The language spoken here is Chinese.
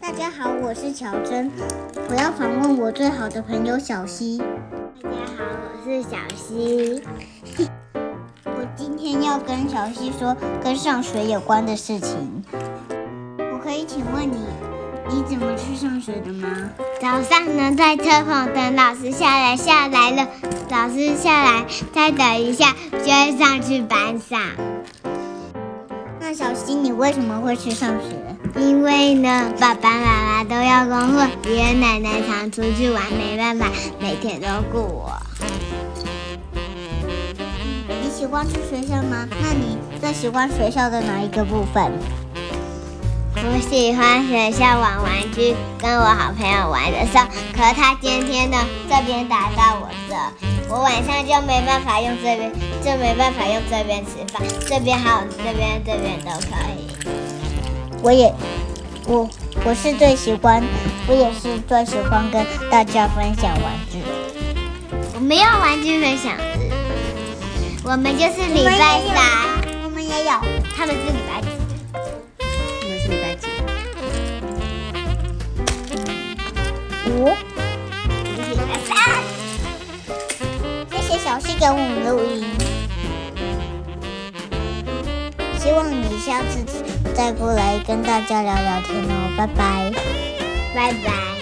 大家好，我是乔珍，我要访问我最好的朋友小溪。大家好，我是小溪。我今天要跟小溪说跟上学有关的事情。我可以请问你，你怎么去上学的吗？早上呢，在车棚等老师下来，下来了，老师下来，再等一下就会上去班上。那小溪，你为什么会去上学？因为呢，爸爸妈妈都要工作，爷爷奶奶常出去玩，没办法每天都顾我。你喜欢去学校吗？那你最喜欢学校的哪一个部分？我喜欢学校玩玩具，跟我好朋友玩的时候，可是他今天呢这边打到我这，我晚上就没办法用这边，就没办法用这边吃饭，这边还有这边这边都可以。我也，我我是最喜欢，我也是最喜欢跟大家分享玩具。我们要玩具分享日，我们就是礼拜三，我们也有，他们是礼拜几？你们是礼拜几？哦五、我们是礼拜三。谢谢小溪给我们录音，希望你下次再过来跟大家聊聊天哦，拜拜。拜拜。